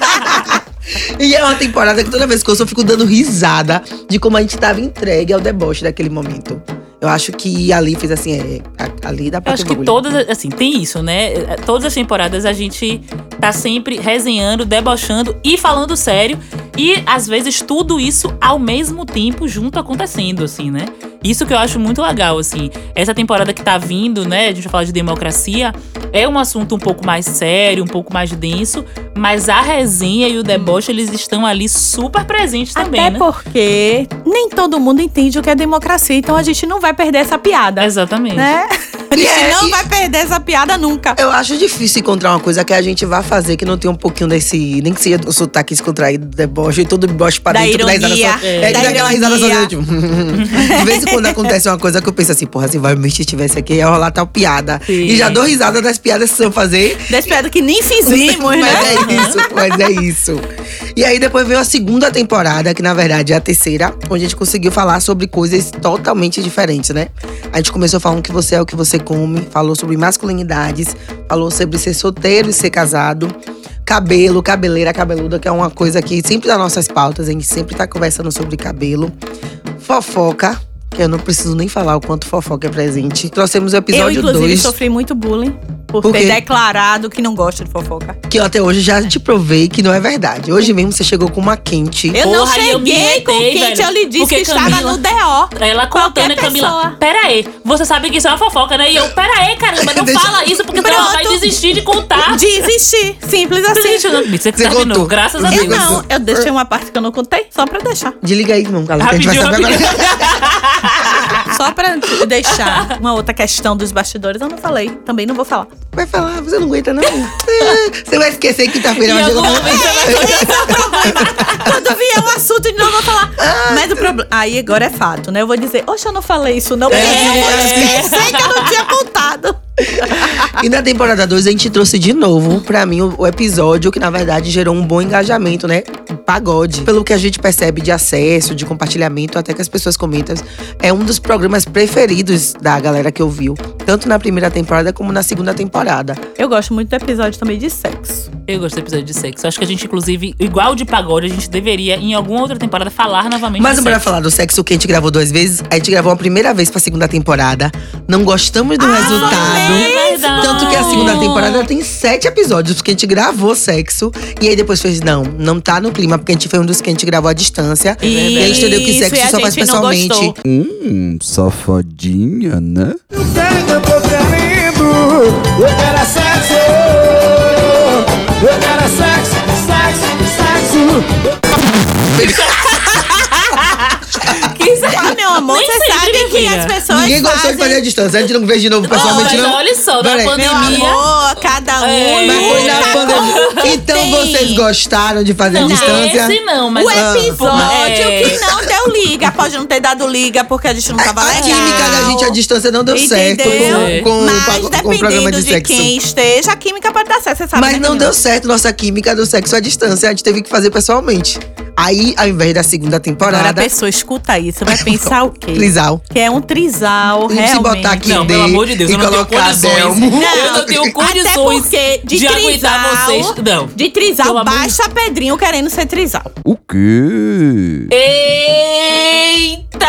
[SPEAKER 6] E é uma temporada que toda vez que eu ouço, eu fico dando risada de como a gente tava entregue ao deboche daquele momento. Eu acho que ali fez assim, é, a- ali dá pra
[SPEAKER 5] Eu
[SPEAKER 6] ter
[SPEAKER 5] acho que
[SPEAKER 6] bagulho.
[SPEAKER 5] todas, assim, tem isso, né? Eh, Todas as temporadas a gente tá sempre resenhando, debochando e falando sério. E às vezes tudo isso ao mesmo tempo junto acontecendo, assim, né? Isso que eu acho muito legal, assim. Essa temporada que tá vindo, né? A gente vai falar de democracia. É um assunto um pouco mais sério, um pouco mais denso. Mas a resenha e o deboche, eles estão ali super presentes também,
[SPEAKER 4] Até
[SPEAKER 5] né?
[SPEAKER 4] porque nem todo mundo entende o que é democracia, então a gente não vai perder essa piada.
[SPEAKER 5] Exatamente.
[SPEAKER 4] Né? A gente
[SPEAKER 6] é,
[SPEAKER 4] não
[SPEAKER 6] e-
[SPEAKER 4] vai perder essa piada nunca.
[SPEAKER 6] Eu acho difícil encontrar uma coisa que a gente vá fazer que não tem um pouquinho desse. Nem que seja o sotaque descontraído do deboche, e todo deboche pra
[SPEAKER 4] Da
[SPEAKER 6] dentro.
[SPEAKER 4] ironia,
[SPEAKER 6] risada só-
[SPEAKER 4] é,
[SPEAKER 6] é,
[SPEAKER 4] da
[SPEAKER 6] daquela risada só,
[SPEAKER 4] ironia.
[SPEAKER 6] tipo, De vez em quando acontece uma coisa que eu penso assim, porra, se vai Mitch estivesse aqui, ia rolar tal piada.
[SPEAKER 5] Sim.
[SPEAKER 6] E já dou risada das piadas que são fazer.
[SPEAKER 4] Das piadas que nem fizemos,
[SPEAKER 6] mas
[SPEAKER 4] né?
[SPEAKER 6] é isso, mas é isso. E aí depois veio a segunda temporada, que na verdade é a terceira, onde a gente conseguiu falar sobre coisas totalmente diferentes, né? A gente começou falando que você é o que você come, falou sobre masculinidades, falou sobre ser solteiro e ser casado. Cabelo, cabeleira, cabeluda, que é uma coisa que sempre nas nossas pautas, a gente sempre tá conversando sobre cabelo. Fofoca, que eu não preciso nem falar o quanto fofoca é presente. Trouxemos o
[SPEAKER 4] Eu,
[SPEAKER 6] episódio
[SPEAKER 4] inclusive,
[SPEAKER 6] 2.
[SPEAKER 4] sofri muito bullying por,
[SPEAKER 6] Por
[SPEAKER 4] ter
[SPEAKER 6] quê?
[SPEAKER 4] declarado que não gosta de fofoca.
[SPEAKER 6] Que eu até hoje já te provei que não é verdade. Hoje mesmo você chegou com uma quente.
[SPEAKER 4] Eu não
[SPEAKER 5] Porra, eu me
[SPEAKER 4] cheguei com
[SPEAKER 5] irritei,
[SPEAKER 4] quente,
[SPEAKER 5] velho.
[SPEAKER 4] eu lhe disse
[SPEAKER 5] Porque,
[SPEAKER 4] que estava
[SPEAKER 5] Camila-
[SPEAKER 4] no DO.
[SPEAKER 5] Ela contando,
[SPEAKER 4] Qualquer
[SPEAKER 5] né, Camila?
[SPEAKER 4] pessoa.
[SPEAKER 5] Pera aí, você sabe que isso é uma fofoca, né? E eu, pera aí, caramba, não
[SPEAKER 6] Deixa- Assim,
[SPEAKER 5] fala isso porque tu
[SPEAKER 4] Pronto.
[SPEAKER 5] vai desistir de contar.
[SPEAKER 4] Desisti. Simples assim.
[SPEAKER 5] Desistiu, não. Você que
[SPEAKER 6] Você
[SPEAKER 5] terminou,
[SPEAKER 6] contou.
[SPEAKER 5] graças a
[SPEAKER 6] Você
[SPEAKER 5] Deus.
[SPEAKER 4] Eu
[SPEAKER 6] gostou.
[SPEAKER 4] não, eu deixei uma parte que eu não contei, só pra deixar.
[SPEAKER 6] Desliga aí, irmão, Carlos, que a gente vai
[SPEAKER 5] Rapidinho,
[SPEAKER 6] saber agora.
[SPEAKER 5] rapidinho.
[SPEAKER 4] Só pra te deixar uma outra questão dos bastidores, eu não falei. Também não vou falar.
[SPEAKER 6] Vai falar, você não aguenta, não. É, você vai esquecer que quinta-feira
[SPEAKER 5] Em
[SPEAKER 6] vai
[SPEAKER 5] algum
[SPEAKER 6] chegar.
[SPEAKER 5] momento ela
[SPEAKER 4] Quando vier o assunto, de novo eu vou falar.
[SPEAKER 6] Ah,
[SPEAKER 4] Mas o
[SPEAKER 6] tá.
[SPEAKER 4] problema. Aí agora é fato, né? Eu vou dizer, oxe, eu não falei isso,
[SPEAKER 6] É,
[SPEAKER 4] não. Porque eu sei que eu não tinha contado.
[SPEAKER 6] E na temporada 2 a gente trouxe de novo pra mim o, o episódio que na verdade gerou um bom engajamento, né? Pagode. Pelo que a gente percebe de acesso, de compartilhamento, até que as pessoas comentam, é um dos programas preferidos da galera que ouviu. tanto na primeira temporada como na segunda temporada.
[SPEAKER 4] Eu gosto muito do episódio também de sexo.
[SPEAKER 5] Eu gostei do episódio de sexo. Acho que a gente, inclusive, igual de pagode, a gente deveria, em alguma outra temporada, falar novamente.
[SPEAKER 6] Mas
[SPEAKER 5] de
[SPEAKER 6] não bora
[SPEAKER 5] sexo.
[SPEAKER 6] falar do sexo que a gente gravou duas vezes. A gente gravou a primeira vez pra segunda temporada. Não gostamos do resultado.
[SPEAKER 5] é verdade.
[SPEAKER 6] Tanto que a segunda temporada tem sete episódios, porque a gente gravou sexo. E aí depois fez, não, não tá no clima, porque a gente foi um dos que a gente gravou à distância. E a gente entendeu que
[SPEAKER 4] Isso,
[SPEAKER 6] sexo
[SPEAKER 4] e a
[SPEAKER 6] só faz
[SPEAKER 4] gente não
[SPEAKER 6] pessoalmente.
[SPEAKER 4] gostou.
[SPEAKER 7] Hum, safadinha, né?
[SPEAKER 4] Ah, meu amor,
[SPEAKER 5] Nem
[SPEAKER 4] você
[SPEAKER 5] sei
[SPEAKER 4] sabe
[SPEAKER 5] direito,
[SPEAKER 4] que
[SPEAKER 5] amiga.
[SPEAKER 4] as pessoas
[SPEAKER 6] é Ninguém gostou
[SPEAKER 4] fazem...
[SPEAKER 6] de fazer à distância. A gente não fez de novo pessoalmente,
[SPEAKER 5] mas
[SPEAKER 6] não.
[SPEAKER 5] olha só, na
[SPEAKER 6] Peraí.
[SPEAKER 4] Meu
[SPEAKER 5] pandemia.
[SPEAKER 4] amor, cada um...
[SPEAKER 5] É.
[SPEAKER 6] Mas foi na
[SPEAKER 4] luta
[SPEAKER 6] pandemia. Então
[SPEAKER 4] tem.
[SPEAKER 6] vocês Ah. gostaram de fazer à
[SPEAKER 5] Não,
[SPEAKER 6] distância?
[SPEAKER 5] esse não, mas
[SPEAKER 4] o episódio
[SPEAKER 5] É.
[SPEAKER 4] que não deu liga. Pode não ter dado liga porque a gente não
[SPEAKER 6] A
[SPEAKER 4] tava legal.
[SPEAKER 6] química da gente é à distância não deu certo
[SPEAKER 4] Entendeu?
[SPEAKER 5] É.
[SPEAKER 6] com, com, o
[SPEAKER 4] Mas
[SPEAKER 6] pago- com o programa
[SPEAKER 4] dependendo
[SPEAKER 6] de,
[SPEAKER 4] de,
[SPEAKER 6] sexo.
[SPEAKER 4] quem esteja, a química pode dar certo, você sabe.
[SPEAKER 6] Mas
[SPEAKER 4] né,
[SPEAKER 6] não
[SPEAKER 4] menina?
[SPEAKER 6] deu certo nossa química do sexo à distância. A gente teve que fazer pessoalmente. Aí, ao invés da segunda
[SPEAKER 4] Agora é a
[SPEAKER 6] temporada,
[SPEAKER 4] pessoa escuta isso, vai pensar o quê?
[SPEAKER 6] Trisal.
[SPEAKER 4] Que é um trisal,
[SPEAKER 6] E se
[SPEAKER 4] realmente.
[SPEAKER 6] botar aqui
[SPEAKER 5] Não, pelo
[SPEAKER 6] dei
[SPEAKER 5] amor de Deus,
[SPEAKER 6] e
[SPEAKER 5] eu não tenho
[SPEAKER 6] colocar
[SPEAKER 5] condições.
[SPEAKER 6] Adelmo.
[SPEAKER 5] Eu não tenho condições
[SPEAKER 4] Até porque de,
[SPEAKER 5] de aguentar
[SPEAKER 4] trisal,
[SPEAKER 5] vocês. Não.
[SPEAKER 4] De
[SPEAKER 5] Pelo
[SPEAKER 4] trisal,
[SPEAKER 5] amor de-
[SPEAKER 4] basta Pedrinho querendo ser trisal.
[SPEAKER 7] O quê?
[SPEAKER 5] Eita,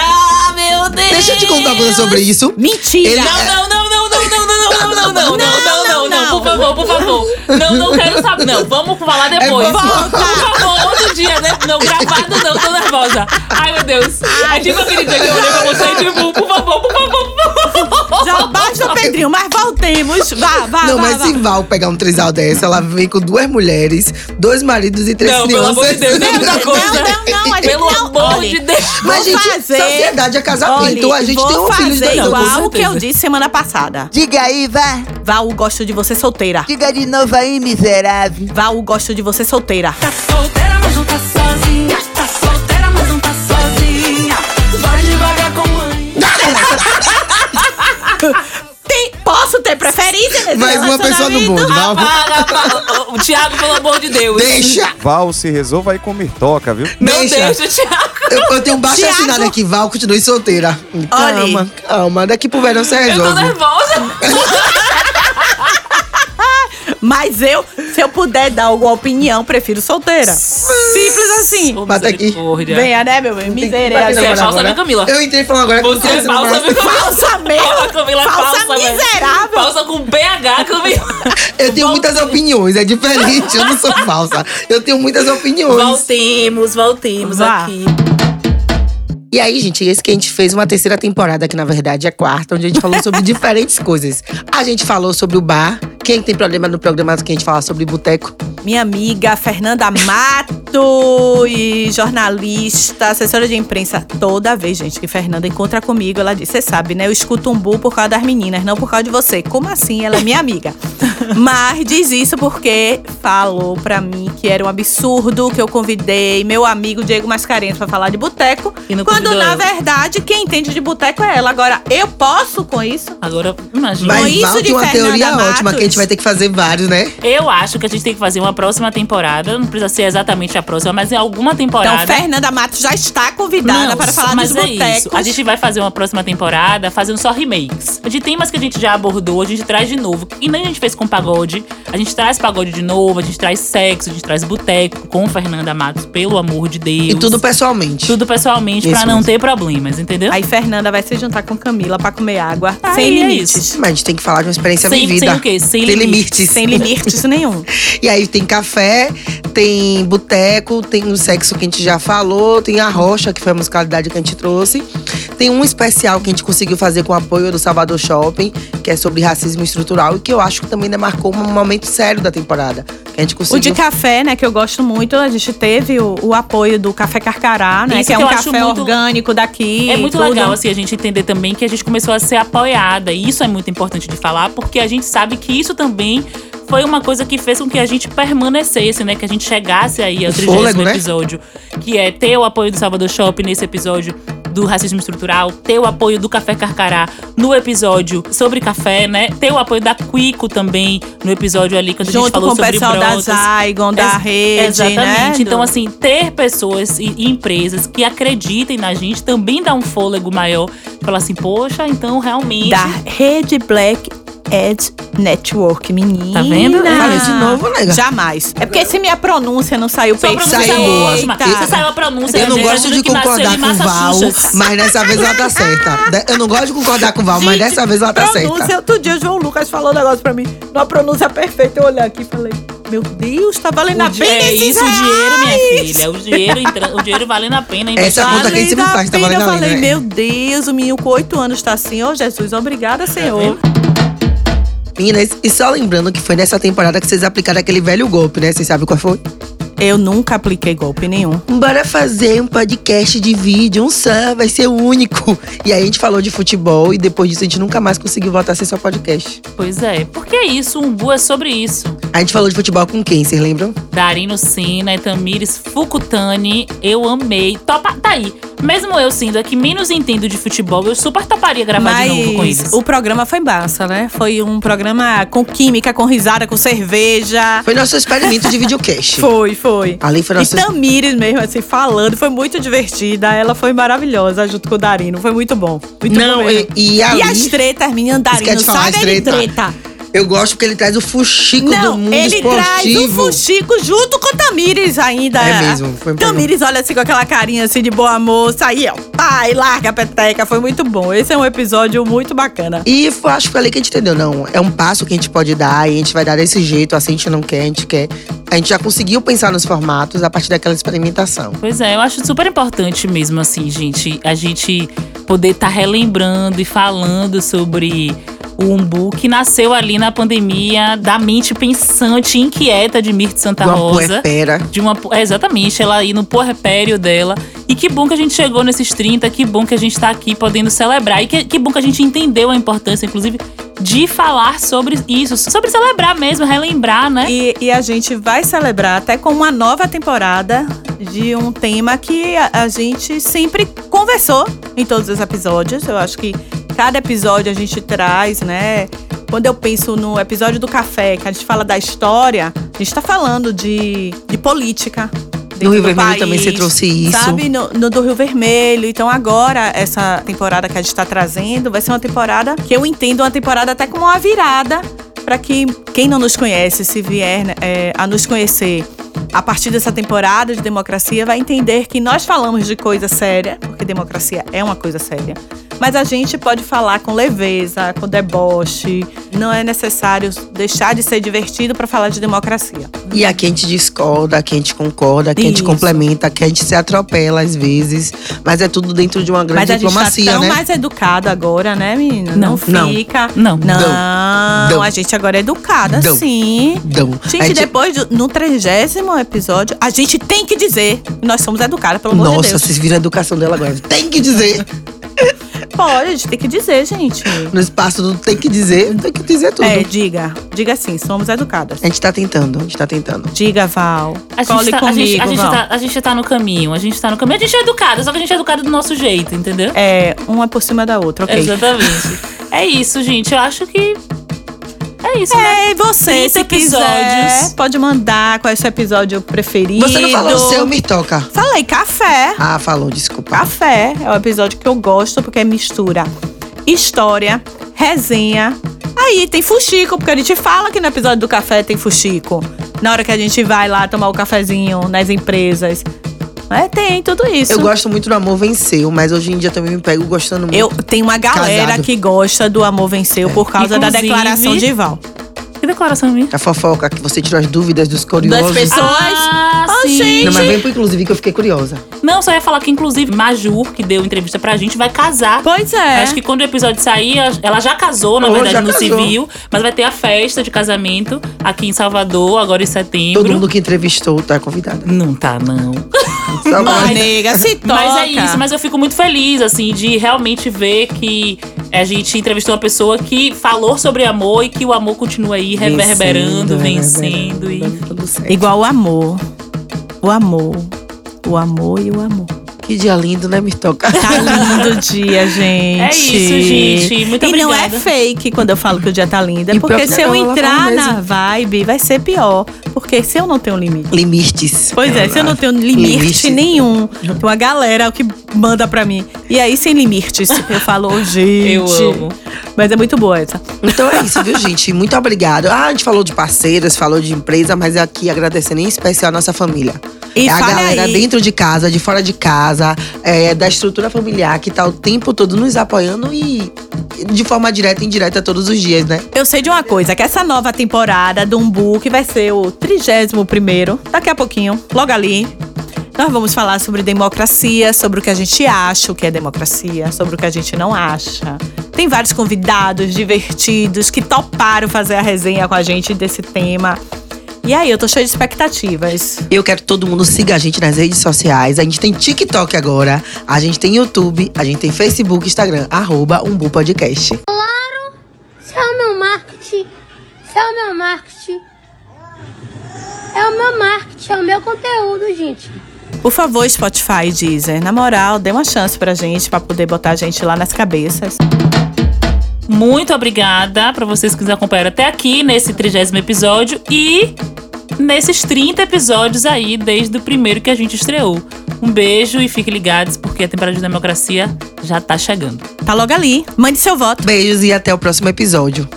[SPEAKER 5] meu
[SPEAKER 4] É.
[SPEAKER 5] Deus!
[SPEAKER 6] Deixa eu te contar uma coisa sobre isso.
[SPEAKER 4] Mentira!
[SPEAKER 6] Ele- é-
[SPEAKER 5] Não, não, não, não, não, não, não, não, não, não, não, não, não, não, por favor, por favor. Não, não quero saber. Não, vamos falar depois.
[SPEAKER 6] É, vamos
[SPEAKER 5] Por favor, outro dia, né? Não, gravado não, tô nervosa. Ai, meu Deus. É tipo aquele dia que eu olhei pra você, tipo, por favor, por favor, por favor.
[SPEAKER 4] Já basta Pedrinho, mas voltemos. Vá, vá,
[SPEAKER 6] não,
[SPEAKER 4] vá,
[SPEAKER 6] mas
[SPEAKER 4] vá.
[SPEAKER 6] se Val pegar um trisal dessa, ela vem com duas mulheres, dois maridos e três
[SPEAKER 5] Não, pelo
[SPEAKER 6] crianças.
[SPEAKER 5] amor de Deus, não é muita
[SPEAKER 4] Não,
[SPEAKER 5] coisa.
[SPEAKER 4] não, não, a gente
[SPEAKER 5] Pelo
[SPEAKER 4] não-
[SPEAKER 5] amor
[SPEAKER 4] olha,
[SPEAKER 5] de Deus.
[SPEAKER 4] Vou
[SPEAKER 6] Mas, gente,
[SPEAKER 4] fazer-
[SPEAKER 6] sociedade é casamento.
[SPEAKER 4] Olha,
[SPEAKER 6] a gente
[SPEAKER 4] vou
[SPEAKER 6] tem um filho de
[SPEAKER 4] fazer
[SPEAKER 6] dois anos.
[SPEAKER 4] igual o que eu
[SPEAKER 5] certeza.
[SPEAKER 4] disse semana passada.
[SPEAKER 11] Diga aí, vá.
[SPEAKER 4] Val, gosto de você solteira.
[SPEAKER 11] Diga de novo aí, miserável.
[SPEAKER 4] Val, gosto de você solteira.
[SPEAKER 11] Solteira, mas não tá sozinha. Tá solteira, mas não tá sozinha. Vai devagar com mãe.
[SPEAKER 4] Tem- posso ter preferência nesse
[SPEAKER 6] Mais uma pessoa no
[SPEAKER 4] relacionamento?
[SPEAKER 6] mundo, Val.
[SPEAKER 5] Para, para. O Thiago, pelo amor de Deus.
[SPEAKER 6] Deixa!
[SPEAKER 7] Val, se resolva aí comer toca, viu?
[SPEAKER 5] Não
[SPEAKER 6] deixa.
[SPEAKER 5] deixa, Thiago.
[SPEAKER 6] Eu, eu tenho um baixo
[SPEAKER 4] Thiago.
[SPEAKER 6] assinado aqui, Val, continue solteira. Calma, calma. Daqui pro verão você
[SPEAKER 5] Eu tô
[SPEAKER 6] resolve.
[SPEAKER 5] nervosa.
[SPEAKER 4] Mas eu, se eu puder dar alguma opinião, prefiro solteira. Simples assim.
[SPEAKER 5] Ô,
[SPEAKER 6] Bata aqui.
[SPEAKER 5] misericórdia.
[SPEAKER 4] Venha, né, meu bem?
[SPEAKER 5] Você é
[SPEAKER 4] Miserável.
[SPEAKER 6] Agora,
[SPEAKER 5] falsa,
[SPEAKER 6] agora.
[SPEAKER 5] né, Camila?
[SPEAKER 6] Eu entrei falando agora que
[SPEAKER 5] Você
[SPEAKER 6] eu tô
[SPEAKER 5] é
[SPEAKER 6] sendo
[SPEAKER 5] falsa,
[SPEAKER 6] uma-
[SPEAKER 5] viu, Camila?
[SPEAKER 4] Falsa
[SPEAKER 5] Fala,
[SPEAKER 4] mesmo.
[SPEAKER 5] Camila,
[SPEAKER 4] Falsa
[SPEAKER 5] velho.
[SPEAKER 4] miserável.
[SPEAKER 5] Falsa com PH, Camila.
[SPEAKER 6] Eu tenho muitas opiniões, é diferente. Eu não sou falsa. Eu tenho muitas opiniões.
[SPEAKER 5] Voltemos, voltemos
[SPEAKER 4] Vá.
[SPEAKER 5] aqui.
[SPEAKER 6] E aí, gente, esse que a gente fez uma terceira temporada, que na verdade é a quarta, onde a gente falou sobre diferentes coisas. A gente falou sobre o bar. Quem tem problema no programa que a gente fala sobre boteco?
[SPEAKER 4] Minha amiga Fernanda Mato e jornalista, assessora de imprensa. Toda vez, gente, que Fernanda encontra comigo, ela diz: Você sabe, né? Eu escuto um bu por causa das meninas, não por causa de você. Como assim? Ela é minha amiga. Mas diz isso porque falou pra mim que era um absurdo que eu convidei meu amigo Diego Mascarenhas pra falar de boteco.
[SPEAKER 5] E não
[SPEAKER 4] Quando,
[SPEAKER 5] convidou
[SPEAKER 4] na
[SPEAKER 5] ela.
[SPEAKER 4] verdade, quem entende de boteco é ela. Agora, eu posso com isso?
[SPEAKER 5] Agora, imagina.
[SPEAKER 4] Mas-
[SPEAKER 6] Mas
[SPEAKER 4] isso
[SPEAKER 6] Val
[SPEAKER 4] de
[SPEAKER 6] tem uma
[SPEAKER 4] Fernanda
[SPEAKER 6] teoria ótima que a gente
[SPEAKER 4] Matos.
[SPEAKER 6] vai ter que fazer vários, né?
[SPEAKER 5] Eu acho que a gente tem que fazer uma próxima temporada. Não precisa ser exatamente a próxima, mas em alguma temporada.
[SPEAKER 4] Então, Fernanda Matos já está convidada
[SPEAKER 5] né? Não,
[SPEAKER 4] para falar
[SPEAKER 5] mas
[SPEAKER 4] dos
[SPEAKER 5] é
[SPEAKER 4] botecos.
[SPEAKER 5] isso. A gente vai fazer uma próxima temporada fazendo só remakes. A gente tem umas que a gente já abordou, a gente traz de novo. E nem a gente fez com pagode. A gente traz pagode de novo, a gente traz sexo, a gente traz boteco com Fernanda Matos, pelo amor de Deus.
[SPEAKER 6] E tudo pessoalmente.
[SPEAKER 5] Tudo pessoalmente,
[SPEAKER 6] Isso
[SPEAKER 5] pra não
[SPEAKER 6] mesmo.
[SPEAKER 5] ter problemas, entendeu?
[SPEAKER 4] Aí Fernanda vai se juntar com Camila pra comer água
[SPEAKER 5] Aí
[SPEAKER 4] sem
[SPEAKER 5] é
[SPEAKER 4] limites.
[SPEAKER 6] Mas a gente tem que falar de uma experiência
[SPEAKER 5] sem,
[SPEAKER 6] vivida.
[SPEAKER 5] sem o quê? Sem
[SPEAKER 6] é Tem
[SPEAKER 5] limite.
[SPEAKER 6] limites.
[SPEAKER 4] Sem limites nenhum.
[SPEAKER 6] E aí tem café, tem boteco, tem o sexo que a gente já falou, tem a rocha, que foi a musicalidade que a gente trouxe. Tem um especial que a gente conseguiu fazer com o apoio do Salvador Shopping, que é sobre racismo estrutural e que eu acho que também né, marcou um momento sério da temporada. Que a gente
[SPEAKER 4] O de
[SPEAKER 6] conseguiu.
[SPEAKER 4] café, né, que eu gosto muito, a gente teve o, o apoio do Café Carcará, né,
[SPEAKER 5] Isso
[SPEAKER 4] que é
[SPEAKER 5] que
[SPEAKER 4] um
[SPEAKER 5] eu acho
[SPEAKER 4] café
[SPEAKER 5] muito-
[SPEAKER 4] orgânico daqui.
[SPEAKER 5] É muito
[SPEAKER 4] tudo.
[SPEAKER 5] legal, assim, a gente entender também que a gente começou a ser apoiada. E isso é muito importante de falar, porque a gente sabe que isso também foi uma coisa que fez com que a gente permanecesse, né? Que a gente chegasse aí ao
[SPEAKER 6] O
[SPEAKER 5] 30
[SPEAKER 6] fôlego, né?
[SPEAKER 5] episódio. Que é ter o apoio do Salvador Shopping nesse episódio. do racismo estrutural, ter o apoio do Café Carcará no episódio sobre café, né? Ter o apoio da Quico também no episódio ali, quando a gente
[SPEAKER 4] Junto
[SPEAKER 5] falou
[SPEAKER 4] com o
[SPEAKER 5] sobre
[SPEAKER 4] pessoal da
[SPEAKER 5] brotas.
[SPEAKER 4] Zygon, da
[SPEAKER 5] Ex-
[SPEAKER 4] rede,
[SPEAKER 5] Exatamente.
[SPEAKER 4] né?
[SPEAKER 5] Então, assim, ter pessoas e e empresas que acreditem na gente também dá um fôlego maior. Falar assim, poxa, então realmente.
[SPEAKER 4] Da Rede Black Ed Network, menina.
[SPEAKER 5] Tá vendo? Eu falei de
[SPEAKER 6] novo, nega.
[SPEAKER 4] Jamais. É porque se minha pronúncia não saiu
[SPEAKER 5] Sua
[SPEAKER 4] perfeita.
[SPEAKER 5] pronúncia é
[SPEAKER 6] Saiu boa.
[SPEAKER 5] Você saiu a pronúncia.
[SPEAKER 6] Eu não
[SPEAKER 5] gente,
[SPEAKER 6] gosto de
[SPEAKER 5] é que nasceu em
[SPEAKER 6] concordar com o Val,
[SPEAKER 5] Massachusetts.
[SPEAKER 6] mas dessa vez ela tá certa. De- Eu não gosto de concordar com o Val, mas
[SPEAKER 4] Gente,
[SPEAKER 6] dessa vez ela tá certa.
[SPEAKER 4] Pronúncia, outro dia o João Lucas falou um negócio pra mim. Uma pronúncia é perfeita. Eu olhei aqui e falei, meu Deus, tá valendo a
[SPEAKER 5] O di-
[SPEAKER 4] pena
[SPEAKER 5] é
[SPEAKER 4] esses
[SPEAKER 5] isso, o dinheiro, minha
[SPEAKER 4] reais.
[SPEAKER 5] filha. O dinheiro, entra- o dinheiro valendo a pena. é hein?
[SPEAKER 6] Essa
[SPEAKER 5] Mas-
[SPEAKER 6] conta aqui em cima
[SPEAKER 4] Valendo a
[SPEAKER 6] faz, tá
[SPEAKER 4] pena.
[SPEAKER 6] valendo
[SPEAKER 4] Eu
[SPEAKER 6] a
[SPEAKER 4] falei,
[SPEAKER 6] pena, é.
[SPEAKER 4] meu Deus, o menino com oito anos tá assim. Ô, Jesus, obrigada,
[SPEAKER 6] Tá
[SPEAKER 4] Senhor.
[SPEAKER 6] Meninas, e só lembrando que foi nessa temporada que vocês aplicaram aquele velho golpe, né? Vocês sabem qual foi?
[SPEAKER 4] Eu nunca apliquei golpe nenhum.
[SPEAKER 6] Bora fazer um podcast de vídeo, um só, vai ser o único. E aí a gente falou de futebol e depois disso a gente nunca mais conseguiu voltar a ser só podcast.
[SPEAKER 5] Pois é. Porque é isso, um bu é sobre isso.
[SPEAKER 6] A gente falou de futebol com quem, vocês lembram?
[SPEAKER 5] Darino Sina, Tamires Fukutani, eu amei. Topa, tá aí. Mesmo eu sendo a que menos entendo de futebol, eu super toparia gravar de novo com eles.
[SPEAKER 4] Mas o programa foi massa, né? Foi um programa com química, com risada, com cerveja.
[SPEAKER 6] Foi nosso experimento de videocast.
[SPEAKER 4] Foi, foi.
[SPEAKER 6] Ali foi
[SPEAKER 4] E
[SPEAKER 6] nosso.
[SPEAKER 4] Tamires mesmo, assim, falando. Foi muito divertida. Ela foi maravilhosa junto com o Darino. Foi muito bom. Muito bom
[SPEAKER 6] Não,
[SPEAKER 4] mesmo.
[SPEAKER 6] e, e ali.
[SPEAKER 4] então, E as tretas, menina,
[SPEAKER 6] Isso que eu ia
[SPEAKER 4] Darino
[SPEAKER 6] te falar,
[SPEAKER 4] sabe
[SPEAKER 6] as
[SPEAKER 4] de
[SPEAKER 6] treta.
[SPEAKER 4] treta.
[SPEAKER 6] Eu gosto porque ele traz o fuxico do
[SPEAKER 4] Não,
[SPEAKER 6] mundo
[SPEAKER 4] ele
[SPEAKER 6] esportivo.
[SPEAKER 4] traz o Fuxico junto com o Tamires ainda.
[SPEAKER 6] É mesmo, foi um programa.
[SPEAKER 4] Tamires olha assim com aquela carinha assim de boa moça. Aí, ó, pai, larga a peteca. Foi muito bom. Esse é um episódio muito bacana.
[SPEAKER 6] E foi- acho que foi ali que a gente entendeu, não. É um passo que a gente pode dar e a gente vai dar desse jeito, assim a gente não quer, a gente quer. A gente já conseguiu pensar nos formatos a partir daquela experimentação.
[SPEAKER 5] Pois é, eu acho super importante mesmo, assim, gente, a gente poder estar relembrando e falando sobre o Umbu, que nasceu ali na pandemia da mente pensante e inquieta de Mirth
[SPEAKER 4] Tá,
[SPEAKER 5] Santa
[SPEAKER 6] Uma
[SPEAKER 5] Rosa.
[SPEAKER 6] puerpera.
[SPEAKER 5] De uma, é, exatamente, ela aí no porrepério dela. E que bom que a gente chegou nesses 30, que bom que a gente tá aqui podendo celebrar. E que, que bom que a gente entendeu a importância, inclusive, de falar sobre isso. Sobre celebrar mesmo, relembrar, né?
[SPEAKER 4] E, e a gente vai celebrar até com uma nova temporada de um tema que a, a gente sempre conversou em todos os episódios. Eu acho que cada episódio a gente traz, né? Quando eu penso no episódio do café, que a gente fala da história, a gente tá falando de, de política. dentro
[SPEAKER 6] No Rio
[SPEAKER 4] do
[SPEAKER 6] Vermelho
[SPEAKER 4] país,
[SPEAKER 6] também você trouxe isso.
[SPEAKER 4] Sabe, no, no do Rio Vermelho. Então agora, essa temporada que a gente tá trazendo vai ser uma temporada que eu entendo uma temporada até como uma virada para que quem não nos conhece, se vier né, é, a nos conhecer a partir dessa temporada de democracia, vai entender que nós falamos de coisa séria, porque democracia é uma coisa séria. Mas a gente pode falar com leveza, com deboche. Não é necessário deixar de ser divertido para falar de democracia.
[SPEAKER 6] E aqui a gente discorda, aqui a gente concorda, aqui a gente
[SPEAKER 4] Isso.
[SPEAKER 6] complementa, aqui a gente se atropela às vezes. Mas é tudo dentro de uma grande
[SPEAKER 4] Mas a gente tá
[SPEAKER 6] diplomacia,
[SPEAKER 4] tão
[SPEAKER 6] né?
[SPEAKER 4] mais educado agora, né, menina? Não,
[SPEAKER 6] Não.
[SPEAKER 4] fica.
[SPEAKER 5] Não.
[SPEAKER 4] Não,
[SPEAKER 6] Não.
[SPEAKER 4] a gente agora é educada,
[SPEAKER 6] Não.
[SPEAKER 4] sim.
[SPEAKER 6] Então,
[SPEAKER 4] Gente, né,
[SPEAKER 6] a gente-
[SPEAKER 4] depois, do, no trigésimo episódio, a gente tem que dizer que nós somos educadas, pelo amor de
[SPEAKER 6] Nossa,
[SPEAKER 4] Deus.
[SPEAKER 6] vocês viram a educação dela agora. Tem que dizer.
[SPEAKER 4] Pode, a gente tem que dizer, gente.
[SPEAKER 6] No espaço do tem que dizer, tem que dizer tudo.
[SPEAKER 4] É, diga. Diga assim, somos educadas.
[SPEAKER 6] A gente tá tentando, a gente tá tentando.
[SPEAKER 4] Diga, Val.
[SPEAKER 5] A
[SPEAKER 4] Cole
[SPEAKER 5] gente, tá, a,
[SPEAKER 4] comigo,
[SPEAKER 5] gente, a, gente
[SPEAKER 4] Val.
[SPEAKER 5] tá, a gente tá no caminho, a gente tá no caminho. A gente é educada, só que a gente é educada do nosso jeito, entendeu?
[SPEAKER 4] É, uma por cima da outra, ok.
[SPEAKER 5] Exatamente. é isso, gente. Eu acho que. É isso, né?
[SPEAKER 4] É, e você,
[SPEAKER 5] 30
[SPEAKER 4] se quiser,
[SPEAKER 5] episódios.
[SPEAKER 4] pode mandar qual é o seu episódio preferido.
[SPEAKER 6] Você não falou o seu, me toca.
[SPEAKER 4] Falei café.
[SPEAKER 6] Ah, falou, desculpa.
[SPEAKER 4] Café é o episódio que eu gosto porque mistura história, resenha. Aí tem fuxico, porque a gente fala que no episódio do café tem fuxico. Na hora que a gente vai lá tomar o cafezinho nas empresas. É, tem tudo isso.
[SPEAKER 6] Eu gosto muito do Amor Venceu, mas hoje em dia também me pego gostando muito.
[SPEAKER 4] Eu- tem uma galera
[SPEAKER 6] Casado.
[SPEAKER 4] que gosta do Amor Venceu por causa da
[SPEAKER 5] Inclusive-
[SPEAKER 4] declaração de Val.
[SPEAKER 5] Que declaração minha?
[SPEAKER 6] A fofoca que você tirou as dúvidas dos curiosos.
[SPEAKER 4] Das pessoas.
[SPEAKER 5] Ah,
[SPEAKER 4] Oh,
[SPEAKER 5] sim.
[SPEAKER 4] gente.
[SPEAKER 6] Não, mas vem pro inclusive que eu fiquei curiosa.
[SPEAKER 5] Não, só ia falar que, inclusive, Majur, que deu entrevista pra gente, vai casar.
[SPEAKER 4] Pois é.
[SPEAKER 5] Acho que quando o episódio sair, ela- ela já casou, na
[SPEAKER 6] Oh, já
[SPEAKER 5] verdade, no
[SPEAKER 6] casou.
[SPEAKER 5] civil. Mas vai ter a festa de casamento aqui em Salvador, agora em setembro.
[SPEAKER 6] Todo mundo que entrevistou tá convidado.
[SPEAKER 5] Não tá, não.
[SPEAKER 6] Só
[SPEAKER 4] Ô,
[SPEAKER 6] mais.
[SPEAKER 4] nega, se toca.
[SPEAKER 5] Mas é isso, mas eu fico muito feliz, assim, de realmente ver que a gente entrevistou uma pessoa que falou sobre amor e que o amor continua aí reverberando, vencendo.
[SPEAKER 6] reverberando,
[SPEAKER 5] e...
[SPEAKER 6] dando tudo certo.
[SPEAKER 4] Igual o amor. O amor. O amor e o amor.
[SPEAKER 6] Que dia lindo, né, Mirtoca?
[SPEAKER 4] Tá lindo o dia, gente.
[SPEAKER 5] É isso, gente. Muito
[SPEAKER 4] E não é
[SPEAKER 5] obrigada.
[SPEAKER 4] fake quando eu falo que o dia tá lindo. É
[SPEAKER 6] E
[SPEAKER 4] porque
[SPEAKER 6] pior que
[SPEAKER 4] se eu
[SPEAKER 6] não, ela
[SPEAKER 4] entrar
[SPEAKER 6] fala
[SPEAKER 4] na
[SPEAKER 6] mesmo.
[SPEAKER 4] vibe, vai ser pior. Porque se eu não tenho limite.
[SPEAKER 6] Limites.
[SPEAKER 4] Pois é, se eu não tenho limite,
[SPEAKER 6] Limite.
[SPEAKER 4] nenhum, tem uma galera que manda pra mim. E aí, sem limites, eu falo, oh, gente.
[SPEAKER 5] Eu amo.
[SPEAKER 4] Mas é muito boa essa.
[SPEAKER 6] Então é isso, viu, gente? Muito obrigado. Ah, a gente falou de parceiras, falou de empresa, mas é aqui agradecendo em especial a nossa família.
[SPEAKER 4] E
[SPEAKER 6] é a
[SPEAKER 4] fala
[SPEAKER 6] galera
[SPEAKER 4] aí.
[SPEAKER 6] dentro de casa, de fora de casa, é, da estrutura familiar que tá o tempo todo nos apoiando e de forma direta e indireta todos os dias, né?
[SPEAKER 4] Eu sei de uma coisa, que essa nova temporada do Umbu, que vai ser o 31º, daqui a pouquinho, logo ali, nós vamos falar sobre democracia, sobre o que a gente acha o que é democracia, sobre o que a gente não acha. Tem vários convidados divertidos que toparam fazer a resenha com a gente desse tema. E aí, eu tô cheia de expectativas.
[SPEAKER 6] Eu quero que todo mundo siga a gente nas redes sociais. A gente tem TikTok agora, a gente tem YouTube, a gente tem Facebook, Instagram, arroba Umbu Podcast.
[SPEAKER 12] Isso é o meu marketing. Isso é o meu marketing. É o meu marketing, é o meu conteúdo, gente.
[SPEAKER 4] Por favor, Spotify e Deezer, na moral, dê uma chance pra gente, pra poder botar a gente lá nas cabeças.
[SPEAKER 5] Muito obrigada pra vocês que nos acompanharam até aqui nesse trigésimo episódio e nesses 30 episódios aí, desde o primeiro que a gente estreou. Um beijo e fiquem ligados, porque a temporada de democracia já tá chegando.
[SPEAKER 4] Tá logo ali. Mande seu voto.
[SPEAKER 6] Beijos e até o próximo episódio.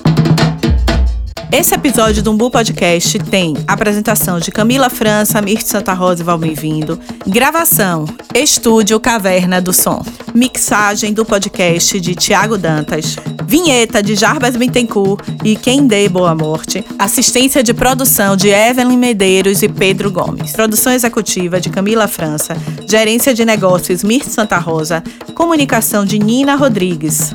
[SPEAKER 4] Esse episódio do Umbu Podcast tem apresentação de Camila França, Mirth Santa Rosa e Valmir Vindo, gravação, estúdio Caverna do Som, mixagem do podcast de Tiago Dantas, vinheta de Jarbas Bittencourt e Quem Dê Boa Morte, assistência de produção de Evelyn Medeiros e Pedro Gomes, produção executiva de Camila França, gerência de negócios Mirth Santa Rosa, comunicação de Nina Rodrigues.